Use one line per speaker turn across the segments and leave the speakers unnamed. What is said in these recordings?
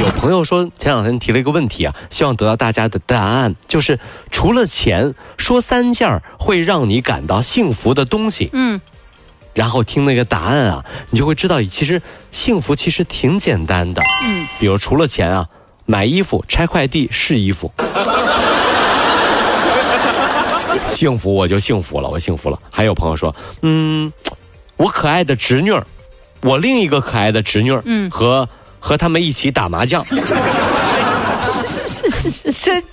有朋友说，前两天提了一个问题啊，希望得到大家的答案，就是除了钱，说三件儿会让你感到幸福的东西。
嗯，
然后听那个答案啊，你就会知道，其实幸福其实挺简单的。
嗯，
比如除了钱啊，买衣服、拆快递、试衣服，幸福我就幸福了，我幸福了。还有朋友说，嗯，我可爱的侄女儿，我另一个可爱的侄女儿，
嗯
和和他们一起打麻 将。这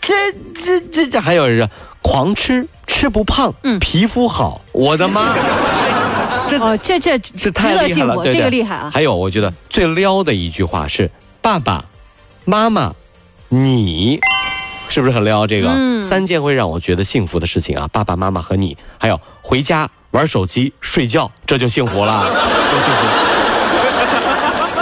这这这这还有人说狂吃吃不胖，
嗯
皮肤好，我的妈！
哦，这
这
这值
太
得
厉害
幸
了，
福，
对
这
对哎
个厉害啊！
还有，我觉得最撩的一句话是“爸爸、妈妈，你”，是不是很撩？这个、
嗯
三件会让我觉得幸福的事情啊，爸爸妈妈和你，还有回家玩手机、睡觉，这就幸福了，多幸福！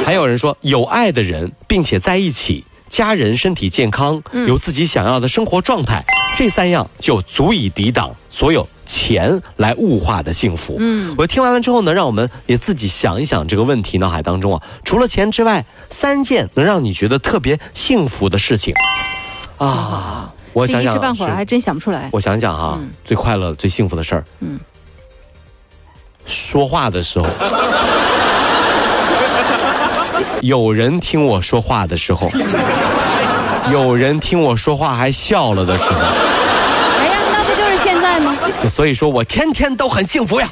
还有人说，有爱的人，并且在一起，家人身体健康，
嗯
有自己想要的生活状态，这三样就足以抵挡所有钱来物化的幸福。
嗯
我听完了之后呢，让我们也自己想一想这个问题。脑海当中啊，除了钱之外，三件能让你觉得特别幸福的事情啊，我
这
想
哦一
想
时
啊，
半会儿
是
还真想不出来。
我想想啊，最快乐、最幸福的事儿，
嗯
说话的时候，有人听我说话的时候，有人听我说话还笑了的时候，
哎呀，那不就是现在 吗？
所以说我天天都很幸福呀。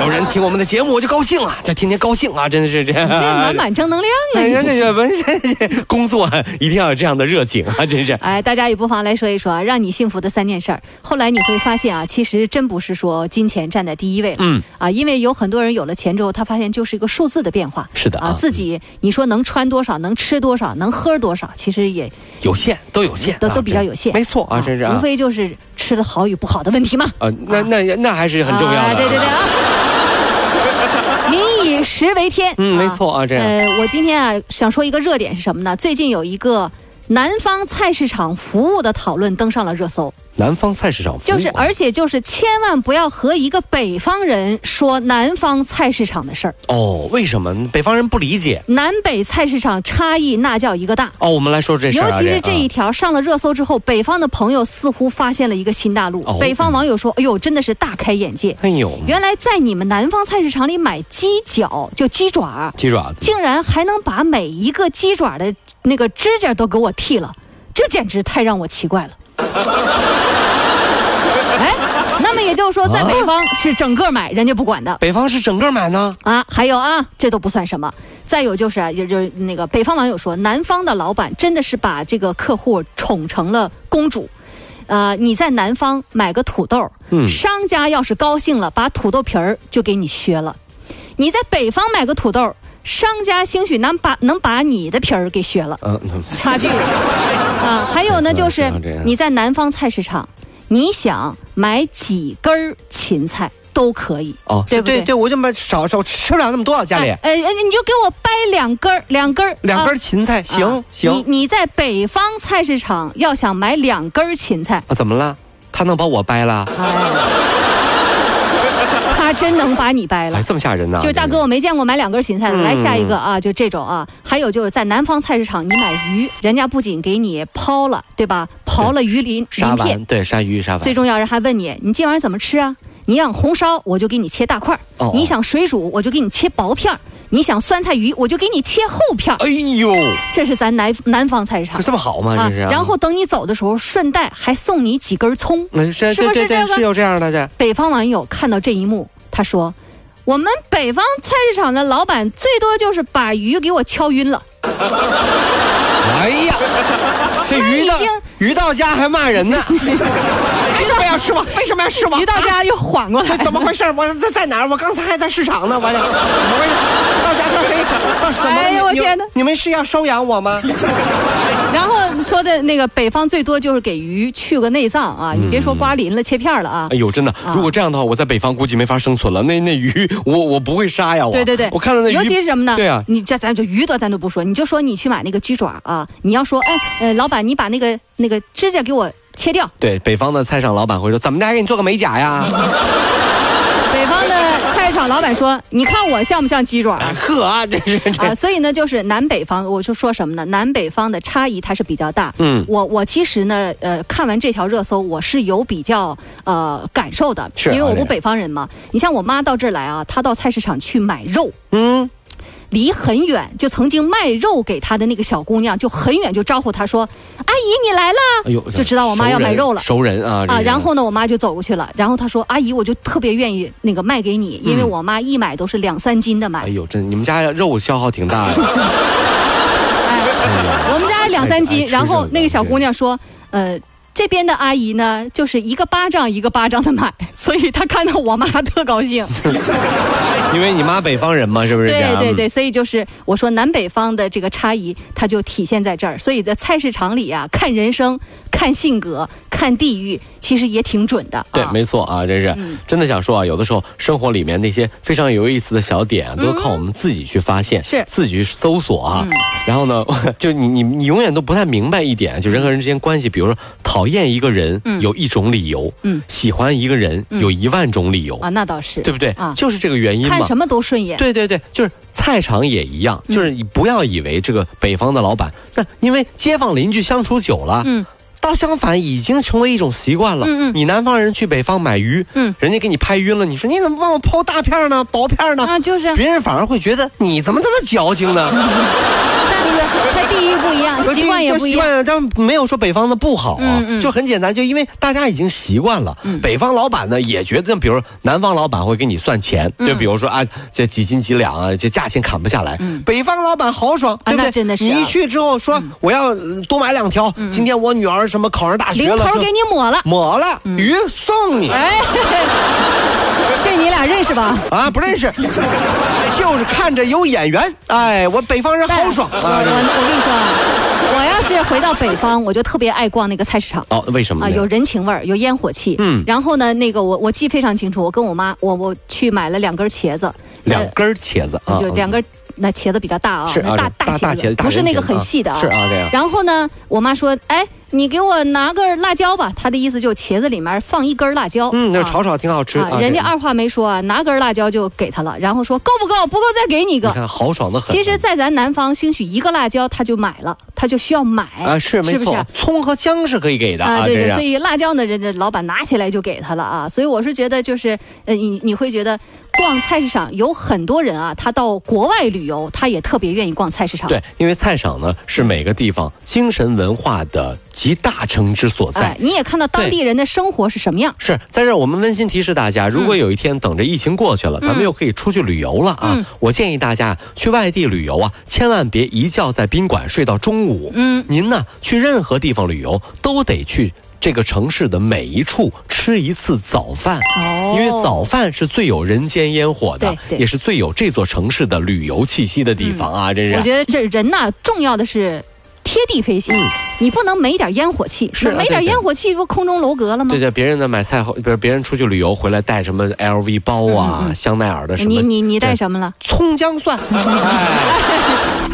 有人听我们的节目，我就高兴了，这天天高兴啊，真的是这样。
这满满正能量啊！
哎
你
呀，
这
那
是
个文这这工作一定要有这样的热情啊，真是。
哎，大家也不妨来说一说啊，让你幸福的三件事儿。后来你会发现啊，其实真不是说金钱站在第一位了，
嗯
啊，因为有很多人有了钱之后，他发现就是一个数字的变化，
是的啊
自己你说能穿多少，能吃多少，能喝多少，其实也
有限，都有限啊，
都都比较
真
有限
没错啊，真是
无
啊。
非就是吃的好与不好的问题嘛，
啊，那那那还是很重要
啊
的。
对对对。 啊。民以食为天，
嗯，没
啊
错啊，这样。
呃，我今天啊想说一个热点是什么呢？最近有一个南方菜市场服务的讨论登上了热搜，
南方菜市场服务
就是而且就是千万不要和一个北方人说南方菜市场的事儿，
哦，为什么北方人不理解？
南北菜市场差异那叫一个大。
哦，我们来说这事儿
尤
啊、
其是这一
啊
条上了热搜之后，北方的朋友似乎发现了一个新大陆
哦。
北方网友说：“哎呦，真的是大开眼界！
哎呦，
原来在你们南方菜市场里买鸡脚，就鸡爪儿，
鸡爪子，
竟然还能把每一个鸡爪的那个指甲都给我剃了，这简直太让我奇怪了。 哎，那么也就是说，在北方是整个买，人家不管的
北方是整个买呢。
啊。还有啊，这都不算什么。再有就是啊，也就是那个北方网友说，南方的老板真的是把这个客户宠成了公主。呃，你在南方买个土豆，
嗯
商家要是高兴了，把土豆皮儿就给你削了；你在北方买个土豆，商家兴许能把能把你的皮儿给削了，
嗯，嗯
差距 啊。还有呢，
这样
就是
这样
你在南方菜市场，你想买几根儿芹菜都可以，
哦，
对不对
对我就买少少吃不了那么多，家里、
哎哎，哎你就给我掰两根儿，两根儿，
两根
啊
芹菜，行、
啊
行。
你你在北方菜市场要想买两根儿芹菜，啊
啊，怎么了？他能把我掰了？
他真能把你掰了
哎，。这么吓人呢、
就是大
这
哥，
个
我没见过买两根芹菜的，
嗯
来下一个啊，就这种啊。还有就是在南方菜市场，你买鱼，人家不仅给你抛了，对吧？刨了鱼鳞
杀
鳞片
完，，对，杀鱼杀完。
最重要人还问你，你今晚上怎么吃啊？你想红烧，我就给你切大块儿；
哦
你想水煮，我就给你切薄片儿；你想酸菜鱼，我就给你切厚片儿。
哎呦，
这是咱南南方菜市场
这这么好吗？这是、
啊
啊
然后等你走的时候，顺带还送你几根葱。
嗯，是，
是
对
不
对
是
对
这，个
是有这样的这。
北方网友看到这一幕，他说：“我们北方菜市场的老板最多就是把鱼给我敲晕了，
哎 呀，这鱼到
已经
鱼到家还骂 人呢，为什么要吃我？为什么要吃我？
鱼到家又缓过
这
来。
怎么回事？我在在哪儿？我刚才还在市场呢，我这怎么回事？到家到谁？到怎么了？
哎呀我
你们
天哪！
你们是要收养我吗？
然后说的那个北方最多就是给鱼去个内脏啊，你别说刮鳞了、切片儿了啊
嗯哎。呦，真的，如果这样的话，我在北方估计没法生存了。那那鱼，我我不会杀呀，我。
对对对，
我看到那鱼，
尤其是什么呢？
对啊，
你这咱就鱼都咱都不说，你就说你去买那个鸡爪啊，你要说哎呃，老板你把那个那个指甲给我切掉，
对北方的菜场老板会说，怎么的还给你做个美甲 呀？
北方的菜市场老板说，你看我像不像鸡爪？
呵 啊，这是这
啊，所以呢，就是南北方，我就说什么呢？南北方的差异它是比较大。嗯，我我其实呢，呃，看完这条热搜，我是有比较呃感受的，
是
因为我
啊
不
对
北方人嘛。你像我妈到这儿来啊，她到菜市场去买肉，嗯，离很远，就曾经卖肉给她的那个小姑娘，就很远就招呼她说：“阿姨，你来啦！”
哎呦，
就知道我妈要买肉了。
熟人熟人啊这
啊，
人
然后呢，我妈就走过去了，然后她说：“阿姨，我就特别愿意那个卖给你，因为我妈一买都是两三斤的买
哎。呦，真你们家肉消耗挺大呀。
哎，我们家两三斤
哎，吃
然后
上了
那个小姑娘说，呃。这边的阿姨呢，就是一个巴掌一个巴掌的买，所以她看到我妈特高兴。
因为你妈北方人嘛，是不是？
对对。对，所以就是我说南北方的这个差异，它就体现在这儿。所以在菜市场里啊，看人生、看性格、看地域，其实也挺准的啊。嗯
对，没错啊，真是、真的想说啊，有的时候生活里面那些非常有意思的小点啊，都要靠我们自己去发现，
嗯是嗯
自己去搜索啊。然后呢， 就你你你永远都不太明白一点，就人和人之间关系，比如说讨厌一个人、有一种理由，
嗯
喜欢一个人、有一万种理由，
啊，那倒是，
对不对、
啊
就是这个原因嘛。
看什么都顺眼。
对对对，就是菜场也一样，
嗯
就是你不要以为这个北方的老板，那因为街坊邻居相处久了，
嗯。
倒相反，已经成为一种习惯了。
嗯嗯
你南方人去北方买鱼，
嗯
人家给你拍晕了，你说你怎么帮我剖大片儿呢、薄片儿呢？
啊，就是啊，
别人反而会觉得你怎么这么矫情呢？
它地域不一样，习惯也
就
不一
习
样。
惯，但没有说北方的不好啊，
嗯嗯嗯
就很简单，就因为大家已经习惯了。北方老板呢也觉得，比如南方老板会给你算钱，
嗯
就比如说啊，这几斤几两啊，这价钱砍不下来。北方老板豪爽，对不对？
那真的嗯是啊嗯
你一去之后说我要呃多买两条，今天我女儿什么考上大学
零
了，
头
说
给你嗯抹了，
抹了，鱼送你
哎，这你俩认 识吧？
啊！不认识， 就是看着有眼缘。哎，我北方人
但
豪爽
我我
啊！这
我跟你说啊，我要是回到北方，我就特别爱逛那个菜市场。
哦，为什么
啊、
呢？
有人情味儿，有烟火气。
嗯
然后呢，那个我我记得非常清楚，我跟我妈，我我去买了两根茄子，
两根茄子啊
呃呃，，就两根，那茄子比较大啊，
是
那
啊
大
大大茄子，大
不是
人
那个
茄子
很细的啊。
是啊，这样。
然后呢，我妈说，哎，你给我拿根辣椒吧，她的意思就是茄子里面放一根辣椒。
嗯，那
啊
炒炒挺好吃
啊，人家
这个
二话没说啊，拿根辣椒就给他了，然后说够不够？不够再给你一
你
个。
看豪爽的很。 啊
其实，在咱南方，兴许一个辣椒他就买了，他就需要买
啊，是没
哎是不是
错？，葱和姜是可以给的
啊，
啊，
对
这
对，所
是。
以辣椒呢，人家老板拿起来就给他了啊，所以我是觉得就是，呃，你你会觉得逛菜市场有很多人啊，他到国外旅游，他也特别愿意逛菜市场，
对，因为菜场呢是每个地方精神文化的集大成之所在
哎，。你也看到当地人的生活是什么样，
是在这儿，我们温馨提示大家，如
嗯
果有一天等着疫情过去了，咱们又可以出去旅游了
嗯
啊！我建议大家去外地旅游啊，千万别一觉在宾馆睡到中午。
嗯，
您呢去任何地方旅游都得去。这个城市的每一处吃一次早饭，
哦
因为早饭是最有人间烟火的
对，对嗯
也是最有这座城市的旅游气息的地方啊！真是
我觉得这人呐、重要的是贴地飞行，你不能没点烟火气，
嗯是啊
没点
对对
烟火气，不空中楼阁了吗？
对对，别人呢买菜后，不是别人出去旅游回来带什么 LV
嗯
包啊、香奈儿的什么，
哎你你你带
对
什么了？
葱姜蒜，哎。